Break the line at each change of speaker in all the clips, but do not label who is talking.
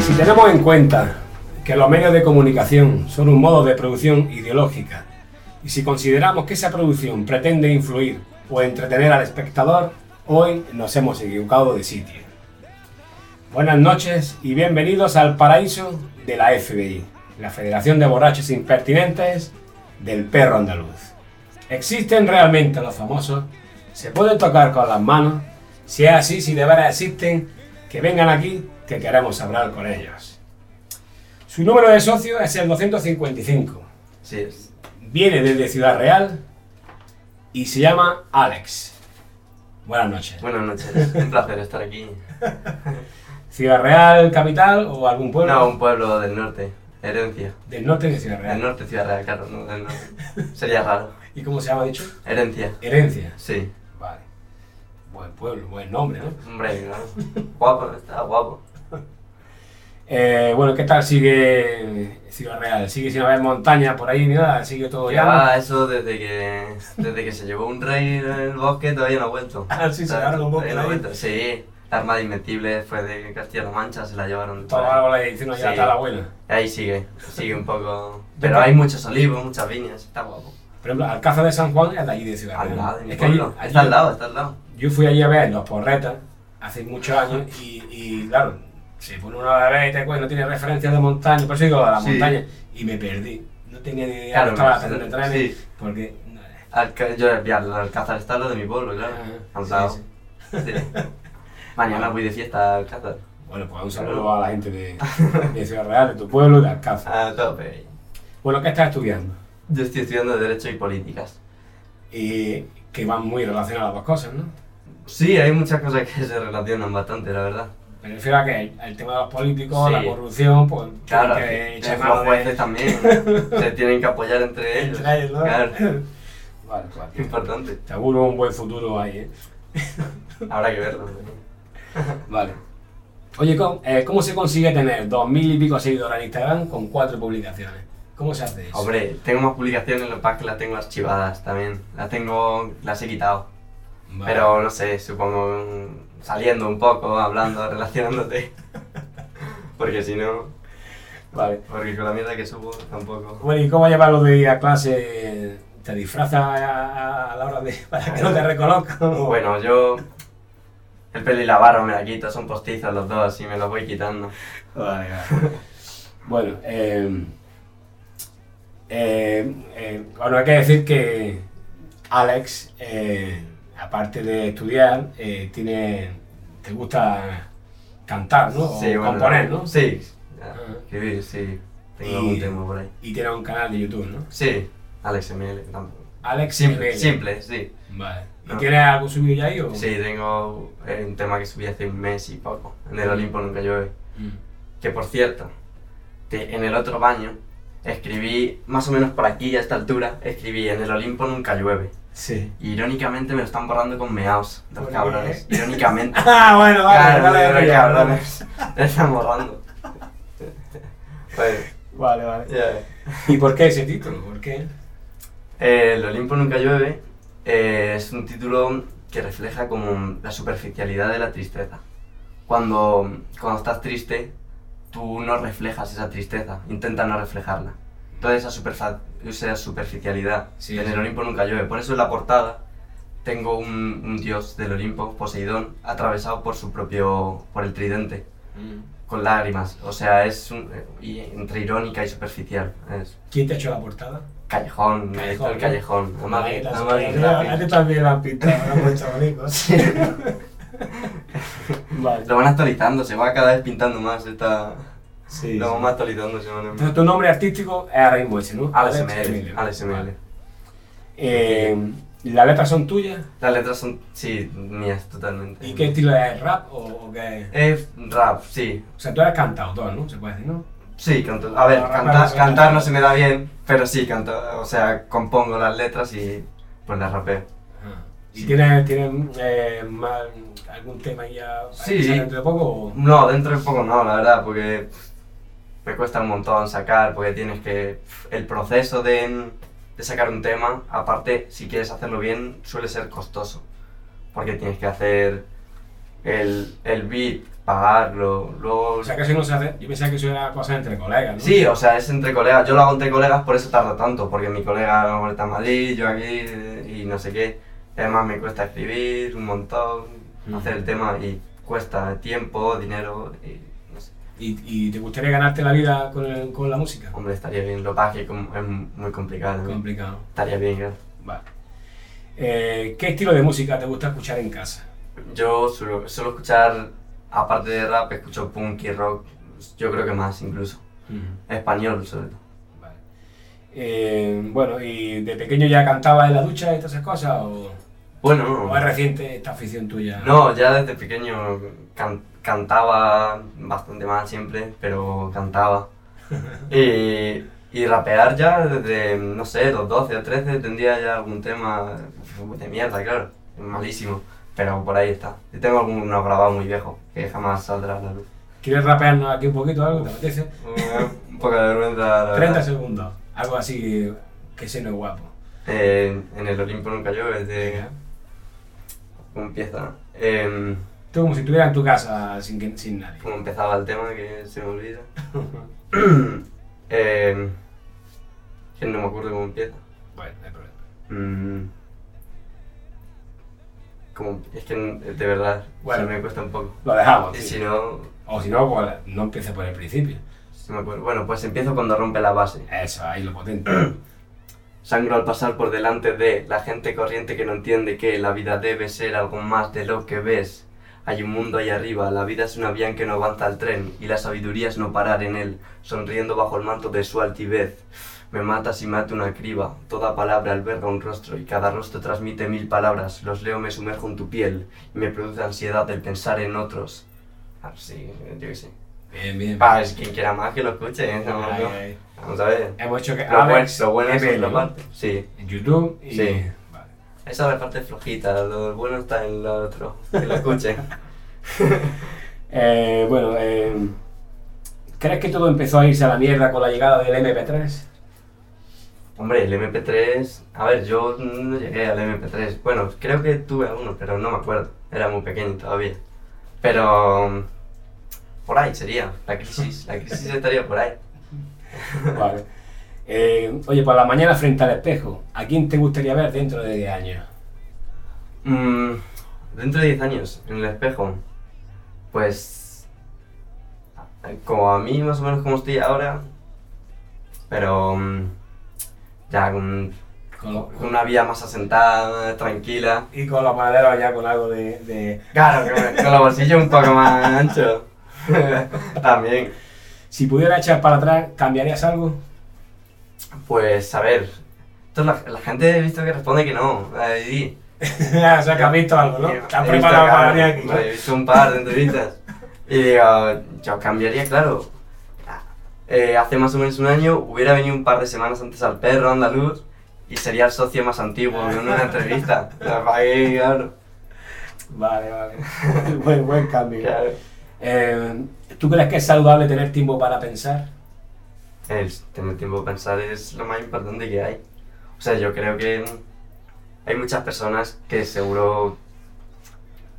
Si tenemos en cuenta que los medios de comunicación son un modo de producción ideológica y si consideramos que esa producción pretende influir o entretener al espectador, hoy nos hemos equivocado de sitio. Buenas noches y bienvenidos al paraíso de la FBI, la Federación de Borrachos Impertinentes del Perro Andaluz. ¿Existen realmente los famosos? ¿Se puede tocar con las manos? Si es así, si de veras existen, que vengan aquí, que queremos hablar con ellos. Su número de socio es el 255.
Sí,
Viene desde Ciudad Real y se llama Alex. Buenas noches.
buenas noches. Un placer estar aquí.
¿Ciudad Real, capital o algún pueblo?
No, un pueblo del norte, herencia.
Del norte de Ciudad
Del
Real.
norte, Ciudad Real, claro, no del norte. Sería raro.
¿Y cómo se llama, dicho?
Herencia,
Herencia.
sí.
Vale. Buen pueblo, buen nombre, ¿no?
Hombre, ¿no? Guapo, está guapo.
Eh, bueno, ¿qué tal sigue Ciudad Real? ¿Sigue sin haber montaña por ahí ni nada? ¿Sigue todo
Ya
ya?
va, eso desde que, desde que se llevó un rey en el bosque todavía no ha vuelto.
Ah, sí, se
Todavía
largó un bosque
no ha
ahí.
vuelto. Sí, la armada invencible fue de Castilla-La Mancha, se la llevaron. de por
Todos los
ahí.
árboles diciendo ya
Sí.
está la abuela.
Ahí sigue, sigue un poco. Pero hay muchos olivos, muchas viñas, está guapo.
Por ejemplo, Alcázar de San Juan es de allí de Ciudad
Al
Real.
lado, de mi
Es que allí-
pueblo.
allí-
Está al lado, está al lado.
Yo fui allí a ver los porretas hace muchos años y, y, claro, se pone una hora a ver y te cuenta, no tiene referencias de montaña, por eso digo de la
Sí.
montaña, y me perdí. No tenía ni idea
Claro,
de estaba la
sí,
estación de trenes,
sí.
porque... eh,
Alca- yo el al Alcázar está lo de mi pueblo, claro.
Ah,
Al
sí,
lado.
sí.
Sí. Mañana voy de fiesta al Alcázar.
Bueno, pues un saludo a la gente de, de Ciudad Real, de tu pueblo, de Alcázar.
A tope.
Bueno, ¿qué estás estudiando?
Yo estoy estudiando Derecho y Políticas.
Y que van muy relacionadas las dos cosas, ¿no?
Sí, hay muchas cosas que se relacionan bastante, la verdad.
Me refiero a que el, el tema de los políticos,
Sí.
la corrupción, pues tienen
Claro,
que
eh,
echar
los
mano
jueces
de...
también se tienen que apoyar entre ellos.
Entre ellos, ¿no?
Claro,
Vale, pues,
importante.
te auguro un buen futuro ahí, ¿eh?
Habrá que verlo. ¿no?
Vale. Oye, ¿cómo, eh, cómo se consigue tener dos mil y pico seguidores en Instagram con cuatro publicaciones? ¿Cómo se hace eso?
Hombre, tengo más publicaciones, lo que pasa es que las tengo archivadas también. Las tengo, las he quitado.
Vale.
Pero no sé, supongo mm, saliendo un poco, hablando, relacionándote. Porque si no,
Vale.
porque con la mierda que subo tampoco.
Bueno, ¿y cómo llevas lo de ir a clase? ¿Te disfrazas a, a la hora de... para que no te reconozcan? O-
Bueno, yo el pelo y la barba me la quito, son postizos los dos y me los voy quitando.
Vale, vale. bueno, eh, eh, eh, bueno, hay que decir que Alex, eh, aparte de estudiar, eh, tiene, te gusta cantar, ¿no? O
bueno,
componer, ¿no?
Sí, ya,
Ajá.
escribir, sí. Tengo
Y-
algún tema por ahí.
Y tiene un canal de YouTube, ¿no?
Sí, Alex ML tampoco.
Alex
Simple,
ML.
simple, sí.
Vale. ¿Y
Ah.
tienes algo subido ya ahí o?
Sí, tengo eh, un tema que subí hace un mes y poco. En
Uh.
el Olimpo nunca llueve.
Mm.
Que por cierto, que en el otro baño escribí, más o menos por aquí, a esta altura, escribí en el Olimpo nunca llueve.
Sí.
Y irónicamente me lo están borrando con meaos, los
Bueno,
cabrones. Irónicamente.
Ah, bueno, vale,
claro,
vale, vale,
los
vale,
cabrones. Me están borrando.
vale,
Bueno,
vale.
ya ves.
¿Y por qué ese título? ¿Por qué?
Eh, El Olimpo nunca llueve eh, es un título que refleja como la superficialidad de la tristeza. Cuando, cuando estás triste, tú no reflejas esa tristeza, intenta no reflejarla. Toda esa, superfa- esa superficialidad
Sí,
en
sí.
el Olimpo nunca llueve. Por eso en la portada tengo un, un dios del Olimpo, Poseidón, atravesado por su propio, por el tridente, con lágrimas. O sea, es un- eh, y entre irónica y superficial. Es
¿Quién te ha hecho la portada?
Callejón, me hizo el callejón. Amadi, Amadi Gráfico.
también la han pintado, la han puesto bonitos. Vale.
Lo van actualizando, se va cada vez pintando más. Esta...
Sí.
lo
sí.
van actualizando semana en
Entonces tu nombre artístico es ahora mismo ese, ¿no?
Alex
Emilio.
ML. Alex ML.
Eh, ¿Las letras son tuyas?
Las letras son, sí, mías totalmente.
¿Y qué estilo es? ¿Rap o, o qué?
Es rap, sí.
O sea, tú eres cantautor, ¿no? Se puede decir, ¿no?
Sí, canto. A ver,
Rap,
cantar,
rap,
cantar no
rap.
se me da bien, pero sí, canto. O sea, compongo las letras y pues las rapeo.
¿Y
Sí.
tienen, tienen eh, más- algún tema ya a
Sí.
empezar dentro de poco? o-
No, dentro de poco no, la verdad, porque pff, me cuesta un montón sacar, porque tienes que... pff, El proceso de, de sacar un tema, aparte, si quieres hacerlo bien, suele ser costoso, porque tienes que hacer el, el beat, pagarlo, luego...
O sea, que eso no se hace. Yo pensaba que eso era cosa entre colegas, ¿no?
Sí, o sea, es entre colegas. Yo lo hago entre colegas, por eso tarda tanto, porque mi colega a lo mejor está en Madrid, yo aquí eh, y no sé qué. Además me cuesta escribir un montón,
Ujú.
hacer el tema y cuesta tiempo, dinero y no sé.
¿Y, y te gustaría ganarte la vida con, el- con la música?
Hombre, estaría bien. Lo que pasa es que como- es muy complicado. ¿no?
Complicado.
Estaría bien, claro.
Vale. Eh, ¿Qué estilo de música te gusta escuchar en casa?
Yo suelo, suelo escuchar, aparte de rap, escucho punk y rock. Yo creo que más incluso. Español sobre todo.
Vale. Eh, bueno, ¿y de pequeño ya cantabas en la ducha y todas esas cosas? ¿O,
Bueno,
o es reciente esta afición tuya?
No, ya desde pequeño can- cantaba bastante mal siempre, pero cantaba. Y, y rapear ya desde, no sé, los 12 o 13 tendría ya algún tema de mierda, claro, malísimo, pero por ahí está. Yo tengo algunos grabados muy viejos que jamás saldrá a la luz.
¿Quieres rapearnos aquí un poquito algo? ¿Te apetece?
Un poco de vergüenza, la
30
verdad.
segundos. Algo así que se no es guapo.
Eh, en el Olimpo nunca llueve, desde cómo empieza. Em,
Tú como si estuvieras en tu casa sin, que- sin nadie.
como empezaba el tema que se me olvida. Eh, que no me acuerdo cómo empieza.
Bueno, no hay problema.
Mm. Como, es que eh, de verdad
Bueno.
se me cuesta un poco.
Lo dejamos.
Y
sí.
si no,
O si no, pues, no empieza por el principio.
si me acuerdo. Bueno, pues empiezo cuando rompe la base.
Eso, ahí lo potente.
Sangro al pasar por delante de la gente corriente que no entiende que la vida debe ser algo más de lo que ves. Hay un mundo ahí arriba, la vida es una vía en que no avanza el tren y la sabiduría es no parar en él, sonriendo bajo el manto de su altivez. Me mata si mata una criba, toda palabra alberga un rostro y cada rostro transmite mil palabras. Los leo, me sumerjo en tu piel y me produce ansiedad el pensar en otros. Ah, sí, yo qué sé.
Bien, bien.
Ah, es quien quiera más que lo escuche, ¿eh? No,
Ahí,
no.
ahí.
Vamos a ver.
Hemos hecho que
Lo bueno,
Alex
lo bueno es
ML,
la
¿no?
parte. Sí.
en YouTube y...
Sí.
Vale.
Esa es la parte flojita, lo bueno está en lo otro, que lo escuche.
Eh, bueno, eh, ¿crees que todo empezó a irse a la mierda con la llegada del MP3?
Hombre, el MP3, a ver, yo no llegué al MP3, bueno, creo que tuve alguno, pero no me acuerdo, era muy pequeño todavía. Pero mm, por ahí sería, la crisis, la crisis estaría por ahí.
Vale. Eh, oye, por la mañana frente al espejo, ¿a quién te gustaría ver dentro de 10 años?
Mm, dentro de 10 años, en el espejo, pues como a mí más o menos como estoy ahora, pero mm, ya con
Con lo-
con una vida más asentada, tranquila.
y con los panaderos ya con algo de... de-
Claro, con- con los bolsillos un poco más anchos. También.
Si pudiera echar para atrás, ¿cambiarías algo?
Pues, a ver. esto la, la gente he visto que responde que no. ahí.
o sea, que has visto algo, ¿no?
He
Estás
visto,
preparado
claro,
para venir aquí. ¿no?
He visto un par de entrevistas. Y digo, yo cambiaría, claro. Eh, hace más o menos un año hubiera venido un par de semanas antes al perro andaluz y sería el socio más antiguo en una entrevista. La pagué, claro.
Vale, vale. buen, buen cambio.
claro.
Eh, ¿Tú crees que es saludable tener tiempo para pensar?
El tener tiempo de pensar es lo más importante que hay. O sea, yo creo que hay muchas personas que seguro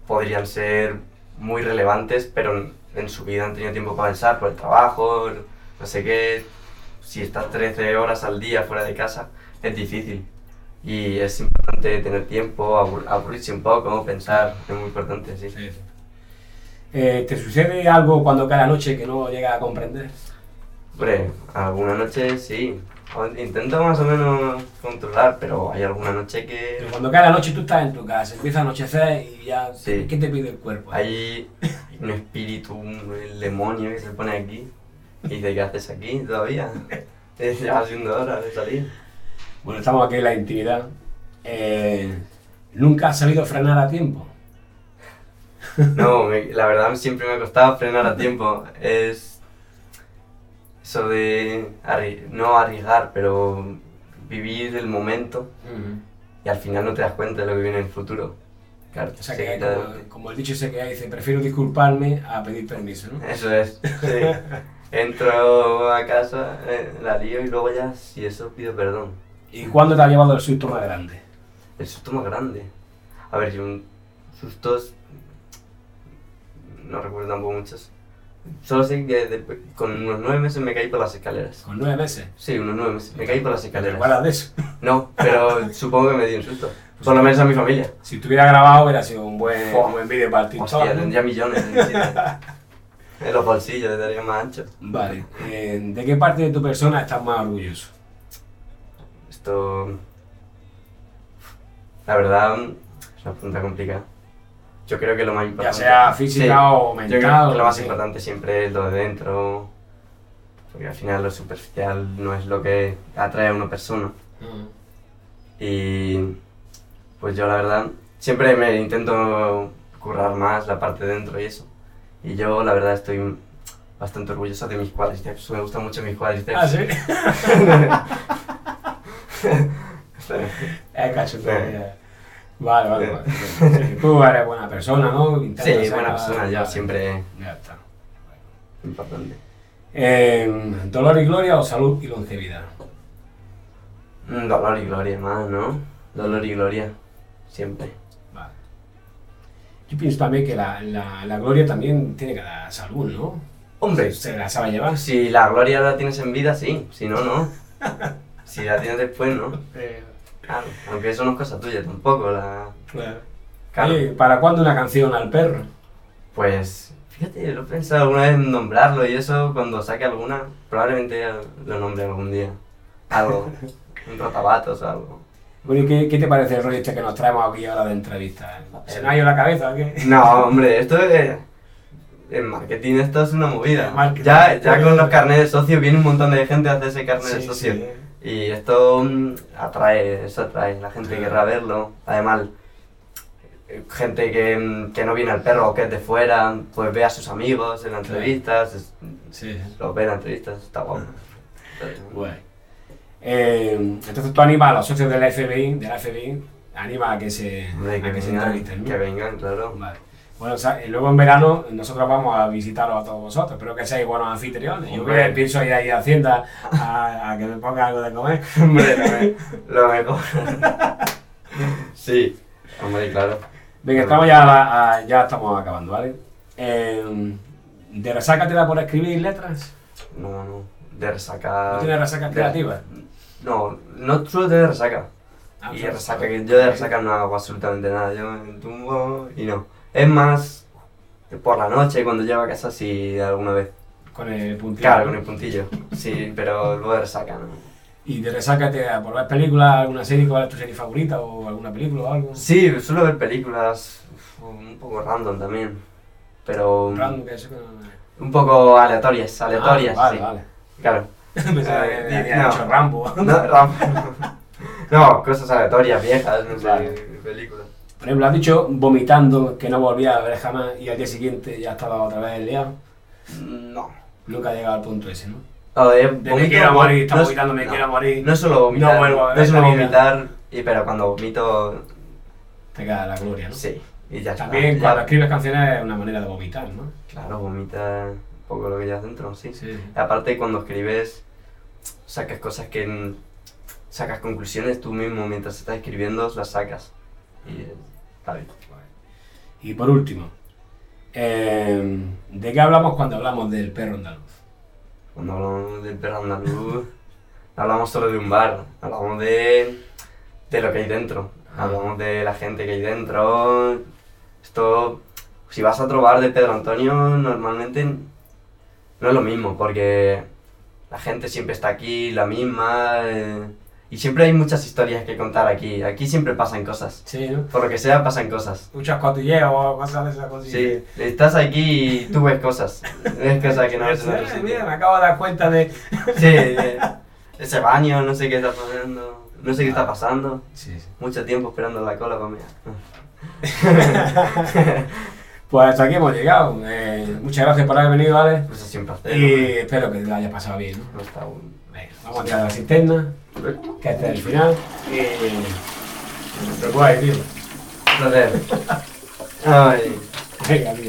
podrían ser muy relevantes, pero en- en su vida han tenido tiempo para pensar por el trabajo, el- no sé qué. Si estás 13 horas al día fuera de casa, es difícil. Y es importante tener tiempo, abur- aburrirse un poco, pensar, es muy importante, sí.
Eh, ¿Te sucede algo cuando cada noche que no llegas a comprender?
Hombre, alguna noche sí. O- Intento más o menos controlar, pero hay alguna noche que...
Cuando cada noche tú estás en tu casa, empieza a anochecer y ya...
Sí.
¿Qué te pide el cuerpo?
Hay un espíritu, un el demonio que se pone aquí y dice, ¿qué haces aquí todavía? Es ya siendo hora de salir.
Bueno, estamos aquí en la intimidad. Eh, ¿Nunca has sabido frenar a tiempo?
No, me- la verdad siempre me ha costado frenar a tiempo. Es eso de arri- no arriesgar, pero vivir el momento y al final no te das cuenta de lo que viene en el futuro. Claro,
O sea
se
que,
quita
como,
de-
como el dicho ese que hay, dice, prefiero disculparme a pedir permiso, ¿no?
Eso es, sí. Entro a casa, eh, la lío y luego ya, si eso, pido perdón.
¿Y cuándo te ha llevado el susto más grande?
El susto más grande. A ver, yo un- sustos. No recuerdo tampoco muchos. Solo sé que de- con unos nueve meses me caí por las escaleras.
Con nueve meses.
Sí, unos nueve meses. Me caí por las
¿Te
escaleras.
acuerdas de eso?
No, pero supongo que me dio un susto. Por lo menos a mi familia.
Si estuviera grabado, hubiera sido un buen,
Fua.
un buen vídeo para el TikTok.
Hostia,
¿no?
tendría millones. en bicicleta. En los bolsillos, tendría más ancho.
Vale. eh, ¿De qué parte de tu persona estás más orgulloso?
Esto. La verdad, es una pregunta complicada. Yo creo que lo más
Ya
importante.
sea física
Sí.
o
Yo
mental.
creo que
o
lo más
sí.
importante siempre es lo de dentro, porque al final lo superficial no es lo que atrae a una persona.
Mm.
Y pues yo la verdad siempre me intento currar más la parte de dentro y eso. Y yo la verdad estoy bastante orgulloso de mis cuádriceps, me gustan mucho mis cuádriceps.
Ah, sí. Es cachondeo,
Sí.
ya. Vale, vale, vale. Sí, Tú eres buena persona, ¿no? Intentas
Sí,
ser
buena
más-
persona, yo
vale,
siempre
Ya está. Bueno.
importante.
Eh, ¿Dolor y gloria o salud y longevidad?
Mm, Dolor y gloria más, ¿no? Dolor y gloria, siempre.
Vale. Yo pienso también que la, la- la gloria también tiene que dar salud, ¿no?
Hombre,
Se la sabe llevar.
Si la gloria la tienes en vida, sí. Si no, no. Si la tienes después, no. Claro. Aunque eso no es cosa tuya tampoco. La...
Claro.
Claro.
Oye, ¿para cuándo una canción al perro?
Pues, fíjate, lo he pensado alguna vez en nombrarlo y eso, cuando saque alguna, probablemente lo nombre algún día. Algo. Un rotabatos o algo.
Bueno, ¿y ¿qué, qué te parece el rollo este que nos traemos aquí ahora de entrevista?
Eh.
¿Se nos ha ido la cabeza o qué?
No, hombre, esto es... En marketing esto es una movida.
En marketing.
Ya, ya con los carnets de socio viene un montón de gente a hacerse carnet de
Sí,
socio.
sí.
Y esto mm, atrae, eso atrae, la gente
Claro.
querrá verlo. Además, eh, gente que, mm, que no viene al perro o que es de fuera, pues ve a sus amigos en las
Claro.
entrevistas, es-
Sí.
los ve en las entrevistas, está guapo. Entonces,
Guay. Eh, entonces tú animas a los socios de la FBI, de la FBI, anima a que se,
hombre,
a
que,
que se
vengan,
entrevisten, ¿no?
que vengan, claro.
Vale. Bueno, o sea, y luego en verano nosotros vamos a visitaros a todos vosotros. Espero que seáis buenos anfitriones. Yo
Hombre.
que pienso ir ahí a Hacienda a, a que me ponga algo de comer.
Hombre, lo, me- lo mejor. sí, hombre, claro.
Venga, estamos ya, a la- a- ya estamos acabando, ¿vale? Eh, ¿De resaca te da por escribir letras?
No, no, de resaca.
¿No tienes resaca
de-
creativa?
No, no solo de resaca.
Ah,
Y
sí.
resaca, que yo de resaca no hago absolutamente nada, yo me tumbo y no. Es más, por la noche cuando llego a casa sí alguna vez.
Con el puntito.
Claro, con el puntillo, sí, pero luego de resaca no.
¿Y de resaca te da por ver películas, alguna serie, cuál es tu serie favorita o alguna película o algo?
Sí, suelo ver películas uf, un poco random también, pero
Random, que eso que no-
un poco aleatorias, aleatorias,
Ah, vale,
sí.
vale.
Claro.
Pensaba que
Eh,
había
no.
dicho Rambo.
No, ram- no, cosas aleatorias, viejas, no sé,
Vale.
películas.
Por ejemplo, has dicho vomitando que no volvía a ver jamás y al día siguiente ya estaba otra vez liado. Mm,
No.
Nunca ha llegado al punto ese, ¿no?
A ver,
De me
vomito,
quiero
vom-
morir, está
no-
vomitando, me
no.
quiero morir.
No solo vomitar,
No
no,
vuelvo a ver
solo
la vida.
vomitar, y, pero cuando vomito,
Te queda la gloria, ¿no?
sí. Y ya está,
También
ya-
cuando escribes canciones es una manera de vomitar, ¿no?
Claro, vomita un poco lo que llevas dentro, sí.
Sí.
Aparte, cuando escribes, sacas cosas que. n- sacas conclusiones tú mismo mientras estás escribiendo, las sacas. Y eh, está bien.
Y por último, eh, ¿de qué hablamos cuando hablamos del perro andaluz?
Cuando Pues hablamos del perro andaluz, no hablamos solo de un bar, hablamos de, de lo que hay dentro,
Ah.
hablamos de la gente que hay dentro. Esto, si vas a otro bar de Pedro Antonio, normalmente no es lo mismo, porque la gente siempre está aquí, la misma, eh, y siempre hay muchas historias que contar aquí. Aquí siempre pasan cosas,
Sí, ¿no?
por lo que sea, pasan cosas.
Muchos cotilleos, cosas de esas cosillas.
Sí, estás aquí y tú ves cosas, ves cosas que no ves en otro
Eh,
sitio.
mira, me acabo de dar cuenta de...
Sí, eh, ese baño, no sé qué está pasando, no sé qué está pasando.
Sí, sí.
Mucho tiempo esperando la cola para mí.
Pues hasta aquí hemos llegado. Eh, muchas gracias por haber venido, ¿vale?
Eso siempre hacer.
Y espero que te lo hayas pasado bien, ¿no?
No está un...
Venga, vamos a tirar las cisternas, que este es el final. Y
Pero guay, tío.
Entonces, ay,
Venga,